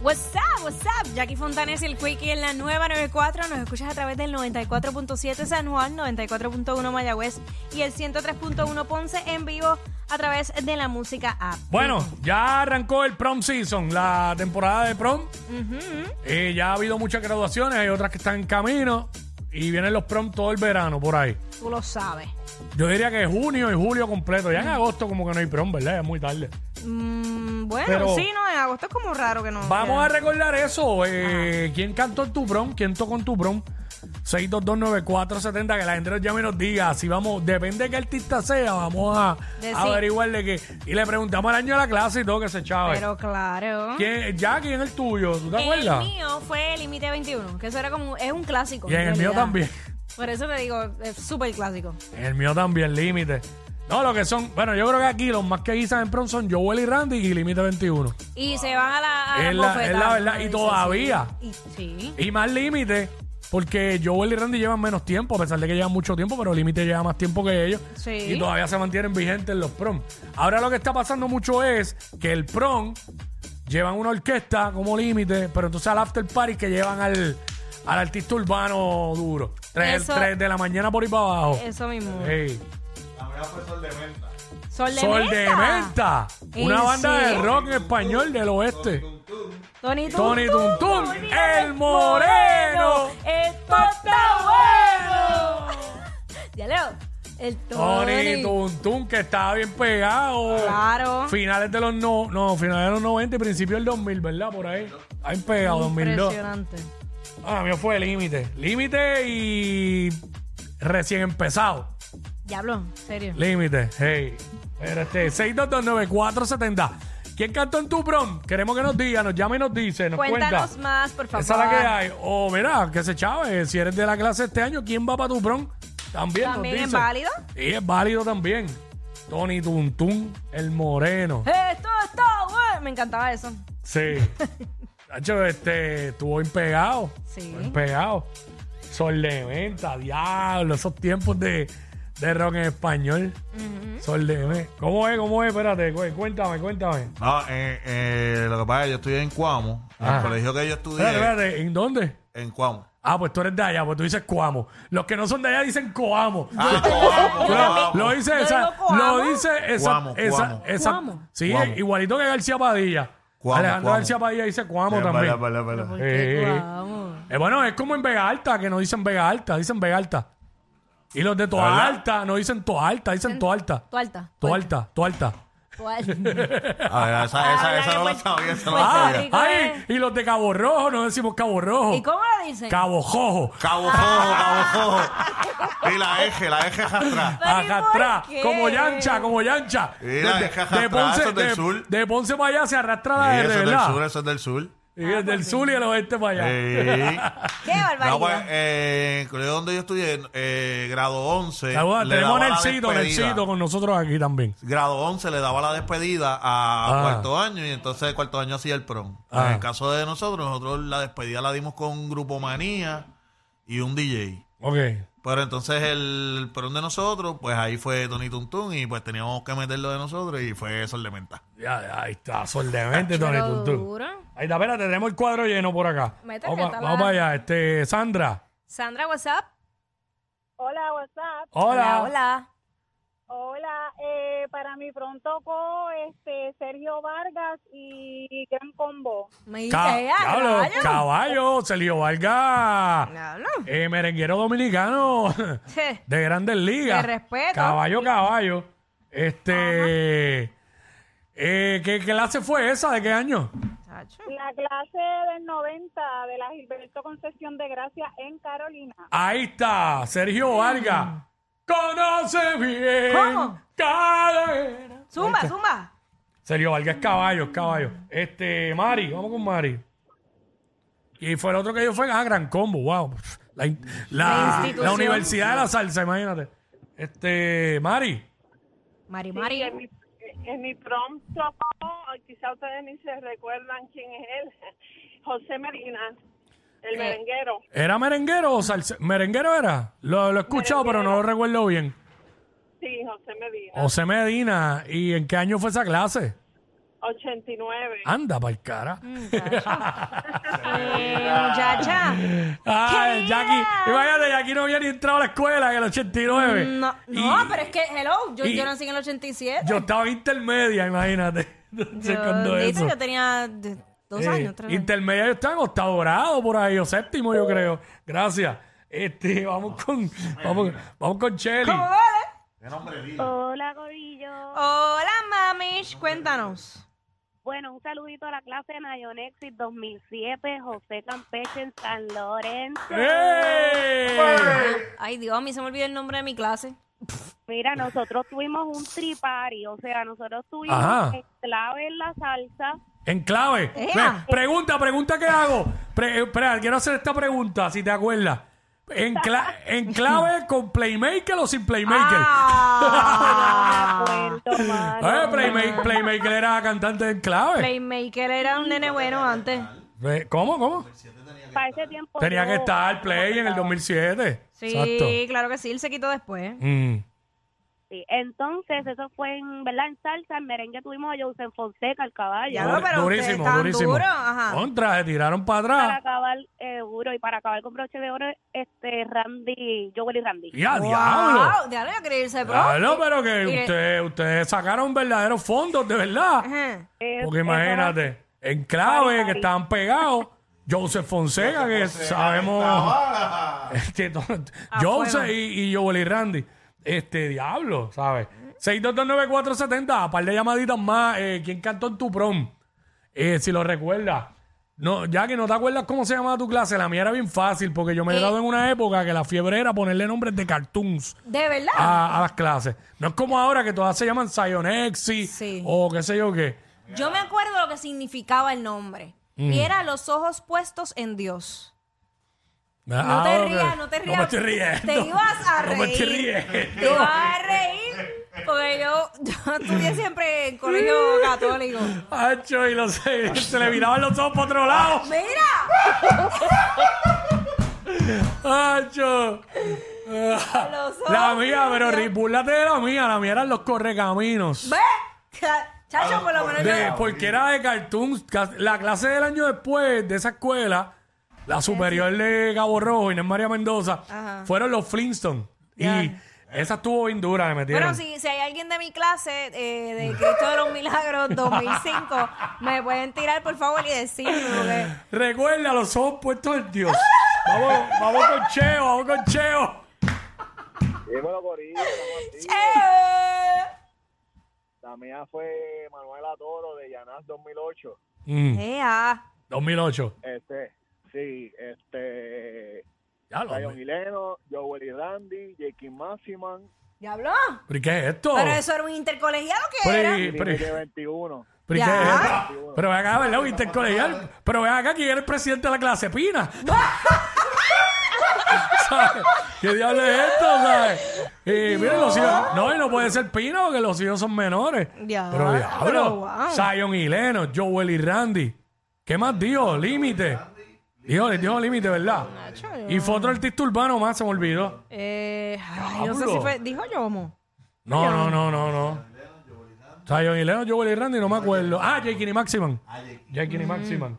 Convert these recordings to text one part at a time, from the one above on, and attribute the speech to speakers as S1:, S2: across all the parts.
S1: What's up, what's up? Jackie Fontanes y el Quickie en la nueva 94. Nos escuchas a través del 94.7 San Juan, 94.1 Mayagüez y el 103.1 Ponce en vivo a través de la música app.
S2: Bueno, ya arrancó el prom season, la temporada de prom. Eh, ya ha habido muchas graduaciones, hay otras que están en camino y vienen los prom todo el verano por ahí.
S1: Tú lo sabes.
S2: Yo diría que junio y julio completo. Ya en agosto como que no hay prom, ¿verdad? Es muy tarde.
S1: Mm, bueno,
S2: Pero-
S1: sí, no, en agosto es como raro que no.
S2: Vamos a recordar eso. eh, ¿Quién cantó en tu prom? ¿Quién tocó en tu prom? 6229470, que la gente nos llame y nos diga. Si vamos, depende de qué artista sea, vamos a
S1: Decir.
S2: averiguarle que. Y le preguntamos el año de la clase y todo que se chave.
S1: Pero claro.
S2: ¿Quién, Jackie, en el tuyo? ¿Tú te
S1: El
S2: acuerdas?
S1: mío fue Límite 21, que eso era como, es un clásico.
S2: Y en el mío
S1: realidad.
S2: también.
S1: Por eso te digo, es súper clásico.
S2: En el mío también, límite. No, lo que son. Bueno, yo creo que aquí los más que guisan en prom son Joel y Randy y límite 21.
S1: Y se van a la. A
S2: Es la- es la verdad, y
S1: Dice,
S2: todavía.
S1: Sí. Y- sí.
S2: Y más límite, porque Joel y Randy llevan menos tiempo, a pesar de que llevan mucho tiempo, pero Límite lleva más tiempo que ellos.
S1: Sí.
S2: Y todavía se mantienen vigentes en los prom. Ahora lo que está pasando mucho es que el prom llevan una orquesta como límite, pero entonces al after party que llevan al, al artista urbano duro. Tres,
S1: Eso-
S2: tres de la mañana por ahí para abajo.
S1: Eso mismo.
S2: Ey.
S1: Sol de
S2: Sol
S1: Menta.
S2: de Menta,
S1: ¿En
S2: una banda de
S1: serio?
S2: rock en español del oeste.
S1: Tony Tuntún.
S2: Tony Tuntún,
S1: Tony
S2: el moreno.
S1: Esto está bueno. ya leo. El
S2: Tony
S1: Tony.
S2: Tuntún, que estaba bien pegado.
S1: Claro.
S2: Finales de los no, no, finales de los 90 y principios del 2000, ¿verdad? Por ahí. Ahí pegado, 2002.
S1: Impresionante.
S2: Ah, mío fue límite. Límite y recién empezado.
S1: Diablo, en serio.
S2: Límite, hey. Pero este, 6229470. ¿Quién cantó en tu prom? Queremos que nos diga, nos llame y nos dice, nos
S1: Cuéntanos
S2: cuenta.
S1: más, por favor.
S2: Esa es la que hay. O mira, que se chave. Si eres de la clase este año, ¿quién va para tu prom? También, nos
S1: También es
S2: dice.
S1: válido.
S2: Y es válido también. Tony Tuntún, el moreno.
S1: Esto está bueno. Me encantaba eso.
S2: Sí. Hacho, este, estuvo bien pegado.
S1: Sí.
S2: Bien pegado. Sol de menta, diablo. Esos tiempos de, de rock en español. Sol de menta. ¿Cómo es? ¿Cómo es? Espérate, cu- cuéntame, cuéntame.
S3: No, eh, eh, lo que pasa es que yo estudié en Cuamo. En
S2: Ajá.
S3: el colegio que yo estudié,
S2: Ah. Espérate, espérate. ¿En dónde?
S3: en Cuamo.
S2: Ah, pues tú eres de allá, pues tú dices Coamo. Los que no son de allá dicen Coamo.
S3: Ah, Coamo,
S2: Lo,
S3: Coamo.
S2: lo dice
S1: Yo
S2: esa,
S1: digo Coamo.
S2: lo dice esa,
S3: Coamo,
S2: esa,
S3: Coamo.
S2: esa-
S1: Coamo.
S2: sí,
S3: Coamo.
S2: igualito que García Padilla.
S3: Coamo,
S2: Alejandro
S3: Coamo.
S2: García Padilla dice Coamo
S3: Espera,
S2: también.
S3: espera, espera, espera.
S1: Porque,
S2: Eh.
S1: guau.
S2: Eh, bueno, es como en Vega Alta, que no dicen Vega Alta, dicen Vega Alta. Y los de Toa
S3: ¿Verdad?
S2: Alta no dicen Toa Alta, dicen Toa Alta.
S1: Tu alta.
S2: Toa Alta, Toa Alta.
S1: Toa alta.
S3: A ver, esa, esa,
S1: Habla
S3: esa
S1: de
S3: no la
S1: Puerto-
S3: sabía, esa
S1: Puerto
S3: no la
S2: Ah,
S3: sabía.
S1: Rico. eh.
S2: ay, y los de Cabo Rojo no decimos Cabo Rojo.
S1: ¿Y cómo lo dicen?
S2: Cabo Jojo.
S3: Cabo Jojo, Cabo Jojo. Y la eje, la eje atrás.
S1: Pero, ¿y
S2: Acá
S1: por
S2: atrás,
S1: qué?
S2: como yancha, como yancha.
S3: Mira,
S2: de,
S3: es que acá atrás, eso es del
S2: de-
S3: sur.
S2: de Ponce para allá se arrastra la
S3: Y
S2: R,
S3: eso es del
S2: ¿verdad?
S3: sur, eso es del sur.
S2: Y es
S1: Ah,
S2: del sur y el oeste para allá.
S3: Sí.
S1: ¡Qué
S3: No, pues,
S1: barbaridad!
S3: eh, en el colegio donde yo estudié, eh, grado 11.
S2: Saludos,
S3: le
S2: tenemos
S3: daba la
S2: Nelsito,
S3: despedida.
S2: Nelsito con nosotros aquí también.
S3: grado 11 le daba la despedida a
S2: Ah.
S3: cuarto año y entonces cuarto año hacía el prom.
S2: Ah.
S3: En el caso de nosotros, nosotros la despedida la dimos con un grupo manía y un DJ.
S2: Ok.
S3: Pero entonces el prom de nosotros, pues ahí fue Tony Tuntún y pues teníamos que meterlo de nosotros y fue Sol de Menta.
S2: Ya, ahí está, sol de mente, Tony
S1: Pero
S2: Tuntún.
S1: duro.
S2: Ahí está, espérate, tenemos el cuadro lleno por acá.
S1: Métele,
S2: vamos
S1: está
S2: pa-
S1: la-
S2: vamos para allá, este, Sandra.
S1: Sandra, WhatsApp.
S4: Hola, WhatsApp.
S2: Hola.
S1: Hola, hola.
S4: Hola, eh, para mi pronto co, este, Sergio Vargas y Gran Combo.
S1: Me
S2: Ca-
S1: eh, a
S2: diablo,
S1: rayos.
S2: caballo, Celio Vargas,
S1: Diablo.
S2: eh, merenguero dominicano
S1: Je,
S2: de Grandes Ligas.
S1: Te respeto.
S2: Caballo, caballo. Este, eh, ¿qué clase fue esa? ¿De qué año?
S1: chacho.
S4: La clase del 90 de la Gilberto Concesión de Gracia en Carolina.
S2: Ahí está,
S1: Mm.
S2: Sergio Vargas. Conoce bien.
S1: ¿Cómo?
S2: cada era.
S1: Zumba, zumba.
S2: Sergio Vargas, caballo, caballo. Este, Mari, vamos con Mari. Y fue el otro que yo fue, ah, gran combo, wow. La, in- la-
S1: La
S2: la
S1: institución.
S2: Universidad de la Salsa, imagínate. Este, Mari.
S1: Mari,
S5: Sí,
S1: Mari.
S5: en mi, en mi prom tocó, quizá ustedes ni se recuerdan quién es él, José Medina, el
S1: Eh.
S5: merenguero.
S2: ¿Era merenguero o salsa? ¿Merenguero era? Lo, lo he escuchado, pero no lo recuerdo bien.
S5: Sí, José Medina.
S2: José Medina, ¿y en qué año fue esa clase?
S1: Oh.
S5: 89.
S1: Ah.
S2: Anda pa'l cara.
S1: Mm. Eh, muchacha.
S2: Ay,
S1: Querida.
S2: Jackie. Imagínate, Jackie no había ni entrado a la escuela en el 89.
S1: No, no,
S2: Y
S1: pero es que, hello, yo,
S2: y-
S1: yo nací en el 87.
S2: Yo estaba en intermedia, imagínate. Entonces, cuando
S1: dito,
S2: eso.
S1: yo tenía de- dos
S2: Eh,
S1: años, Uh. tres años.
S2: Intermedia yo estaba en octavo grado por ahí, o séptimo, yo creo. Gracias. Este, vamos con, vamos, vamos con Chelly.
S1: ¿Cómo va, eh?
S3: ¿Qué nombre dile?
S4: Hola, Corillo.
S1: Hola, mamish, cuéntanos.
S4: Bueno, un saludito a la clase de Nayonexis 2007, José Campeche en San Lorenzo.
S2: ¡Eh! ¡Ey!
S1: Ay, Dios, a mí se me olvidó el nombre de mi clase.
S4: Mira, nosotros tuvimos un tripari, o sea, nosotros tuvimos
S2: Ajá.
S4: en clave en la salsa.
S2: En clave.
S1: Ea.
S2: Ve, pregunta, pregunta que hago. Pre- eh, espera, quiero hacer esta pregunta, si te acuerdas. En, cla- en clave con Playmaker o sin Playmaker.
S1: Ah,
S4: Puerto Mano.
S2: Eh, Playmake- Playmaker era cantante en clave.
S1: Playmaker era un nene bueno antes.
S2: Ve, ¿Cómo? ¿Cómo?
S4: Para ese tiempo
S2: Tenía
S4: yo-
S2: que estar Play en el 2007.
S1: Sí,
S2: Exacto.
S1: claro que sí, él se quitó después.
S2: Mm.
S4: Sí, Entonces, eso fue en, ¿verdad? En salsa, en merengue tuvimos a José Fonseca, el caballo.
S1: Ya. Claro, pero ustedes estaban duros, ajá.
S2: Contra, se tiraron para
S4: Para
S2: atrás.
S4: acabar, eh, duro, y para acabar con broche de oro, este, Randy, Joel y Randy.
S2: ¡Y a Ah, diablo!
S1: Wow, diablo, yo quería irse pro.
S2: Diablo, pero que
S1: Mire.
S2: ustedes ustedes sacaron verdaderos fondos, de verdad.
S1: Ajá. Eh,
S4: Es-
S2: Porque
S4: eso-
S2: imagínate, en clave que estaban pegados, Joseph Fonseca, que sabemos. Este, to- Joseph y, y Joel y Randy. Este diablo, ¿sabes? 6229470, par de llamaditas más. eh, ¿Quién cantó en tu prom? Eh, si lo recuerdas. No, ya que no te acuerdas cómo se llamaba tu clase, la mía era bien fácil, porque yo me he
S1: Eh.
S2: dado en una época que la fiebre era ponerle nombres de cartoons
S1: De verdad.
S2: a, a las clases. No es como ahora que todas se llaman Sayonexi
S1: Sí.
S2: o qué sé yo qué.
S1: Yo me acuerdo lo que significaba el nombre.
S2: Mm.
S1: Y era los ojos puestos en Dios. No
S2: Ah,
S1: te
S2: ok.
S1: rías, no te rías.
S2: No me estoy riendo.
S1: Te ibas a reír.
S2: No me estoy riendo.
S1: Te ibas a reír. Porque yo, yo estudié siempre en colegio católico.
S2: Acho, y los- se le miraban los ojos para otro lado.
S1: ¡Mira!
S2: ¡Acho!
S1: Los ojos.
S2: Ah, La mía, pero ri- burlate de la mía. La mía eran los correcaminos.
S1: ¿Ve? Chacho, por lo menos
S2: De-
S1: yo.
S2: porque era de cartoons. Ca- La clase del año después de esa escuela, la superior de Cabo Rojo, Inés María Mendoza,
S1: Ajá.
S2: fueron los Flintstones. Y
S1: Ya.
S2: esa estuvo bien dura, me metieron.
S1: Bueno, si, si hay alguien de mi clase eh, de Cristo de los Milagros 2005, me pueden tirar, por favor, y decirme. porque-
S2: Recuerda los ojos puestos en Dios. vamos, vamos con Cheo, vamos con Cheo.
S6: Dímelo, Corillo. estamos activos.
S1: ¡Eh!
S6: La mía fue Manuela Toro de Yanás 2008.
S2: Mm,
S1: ah.
S2: 2008.
S6: Este, sí, este.
S2: Ya lo-
S6: Zion Hileno, Joel y Randy, Jackie Massiman,
S1: ¿Diablo?
S2: ¿Pero y qué es esto?
S1: Pero eso era un intercolegial o qué
S2: Pero
S1: era?
S2: y-
S6: y
S2: pero y-
S6: de 21.
S2: pero y
S1: Ya.
S2: qué es esto? Pero ven acá, ¿verdad? Un intercolegial. Pero ven acá, ¿quién era el presidente de la clase Pina? ¿Sabes? ¿Qué diablo es esto? ¿Sabes? Y miren, los hijos. No, y no puede ser Pina porque los hijos son menores.
S1: Ya,
S2: Pero
S1: pero
S2: diablo.
S1: wow.
S2: Zion y Leno, Joel y Randy. ¿Qué más dijo? Límite. Dijo, dijo límite, ¿verdad? Y fue otro artista urbano más, se me olvidó.
S1: Eh, ay, no sé
S2: Diablo.
S1: si fue. Dijo Yomo.
S2: No, no, no, no, no. Zion y Lennon, Joel y Randy, no me acuerdo. Ah, Jake y Maximan. Jake
S1: Mm.
S2: y Maximan.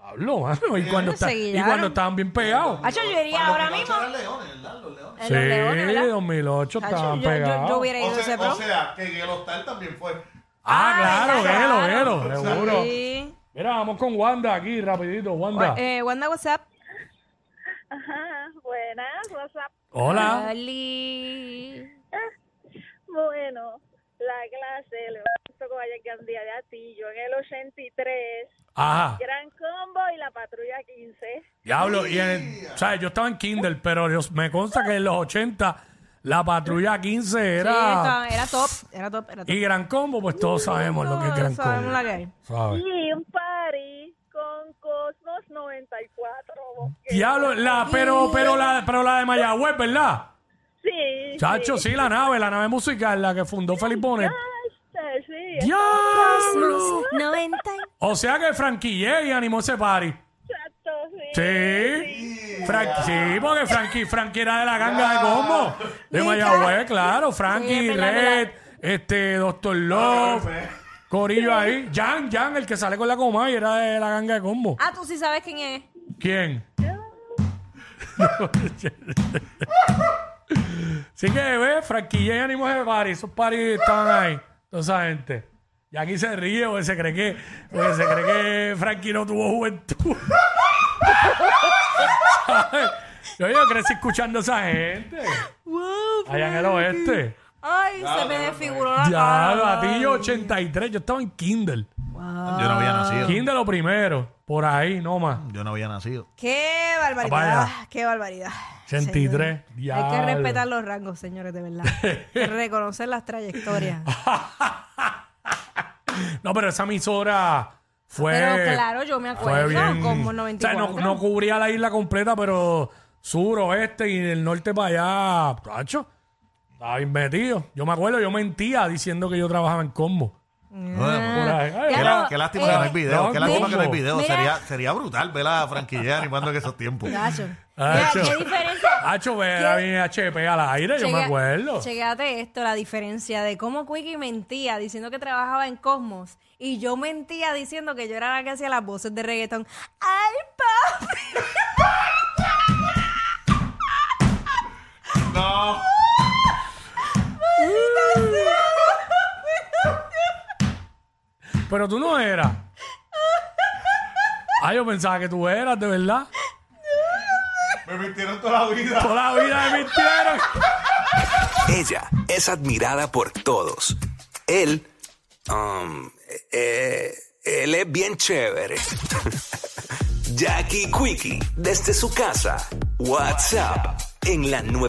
S2: Hablo, mano. Y cuando, está-
S1: Se
S2: y
S1: guiaron.
S2: cuando estaban bien pegados.
S1: Hacho, yo iría ahora mismo.
S3: Los leones, ¿verdad? Los leones.
S1: En
S2: Sí,
S1: los leones, ¿verdad?
S2: 2008
S1: Hacho,
S2: estaban
S1: yo, yo,
S2: pegados.
S1: yo hubiera ido
S3: O
S1: a ese
S3: sea,
S1: pro.
S3: o sea, que el hostal también fue.
S2: Ah,
S1: Ah,
S2: claro,
S1: claro.
S2: velo, velo, seguro.
S1: Sí.
S2: Mira, vamos con Wanda aquí, rapidito, Wanda.
S1: Eh, Wanda, WhatsApp.
S4: Ajá, buenas, WhatsApp.
S1: eh,
S2: Hola.
S4: Bueno, la clase Leonardo Coballes Gandía de Atillo en el 83,
S2: Ajá.
S4: Gran Combo y la Patrulla 15.
S2: Diablo, y en- o sea, yo estaba en Kindle, pero Dios, me consta que en los 80 la patrulla 15
S1: Sí,
S2: era...
S1: estaba- era top. Era top. Era top.
S2: y Gran Combo, pues todos sabemos lo que es Gran
S1: Sabemos
S2: Combo.
S1: la que hay.
S2: ¿sabes?
S4: Y un party con Cosmos 94. Bosque.
S2: Diablo, la, pero, pero, la, pero la de Mayagüez, ¿verdad?
S4: Sí.
S2: Chacho, sí, la nave, la nave musical, la que fundó Felipe Bonet.
S4: sí, sí,
S2: ¡Diablo!
S1: 90.
S2: O sea que Frankie J animó ese party.
S4: exacto, sí.
S2: Sí. Frank- sí, porque Frankie, Frankie era de la ganga de Combo. De Mayagüez, claro. Frankie,
S1: Sí, es verdad,
S2: Red, este, Doctor Love. Corillo ahí. Jan, Jan, el que sale con la coma y era de la ganga de combo.
S1: Ah, tú sí sabes quién es.
S2: ¿Quién? Así que, ve, Franquilla y Ánimo de Party. Esos paris estaban ahí. Toda esa gente. Y aquí se ríe porque se cree que, porque se cree que Frankie no tuvo juventud. ¿Sabes? yo, yo crecí escuchando a esa gente.
S1: Wow,
S2: Allá en el oeste.
S1: Ay, se me desfiguró la
S2: Ya,
S1: cara.
S2: a ti yo 83. Yo estaba en Kindle. Ah.
S3: Yo no había nacido.
S2: Kindle lo primero. Por ahí, no más.
S3: Yo no había nacido.
S1: Qué barbaridad.
S2: Vaya.
S1: Qué barbaridad.
S2: 83.
S1: Señores, Hay que
S2: Diablo.
S1: respetar los rangos, señores, de verdad. Reconocer las trayectorias.
S2: No, pero esa emisora fue.
S1: Pero claro, yo me acuerdo, como 94.
S2: O sea, no, no cubría la isla completa, pero sur, oeste y del norte para allá, tacho, Estaba bien metido. Yo me acuerdo, yo mentía diciendo que yo trabajaba en combo. Ay,
S1: Ya
S3: Qué, la-
S1: lo-
S3: qué lástima
S1: eh,
S3: que no hay video.
S2: no,
S3: Qué lástima que no hay
S2: ¿cómo?
S3: video.
S1: Mira.
S3: Sería, sería brutal ver a Franquilla animando en esos tiempos.
S1: Gacho. Mira,
S2: Hacho.
S1: ¿Qué diferencia?
S2: Hacho, era bien HP al aire, yo me
S1: Chega-
S2: acuerdo.
S1: Chegate esto, la diferencia de cómo Quickie mentía diciendo que trabajaba en Cosmos y yo mentía diciendo que yo era la que hacía las voces de reggaetón. ¡Ay, papi!
S3: No.
S2: Pero tú no eras. Ah, yo pensaba que tú eras, de verdad.
S3: Me mintieron toda la vida.
S2: Toda la vida me mintieron.
S7: Ella es admirada por todos. Él, um, eh, él es bien chévere. Jackie Quickie, desde su casa. WhatsApp, en la nueva.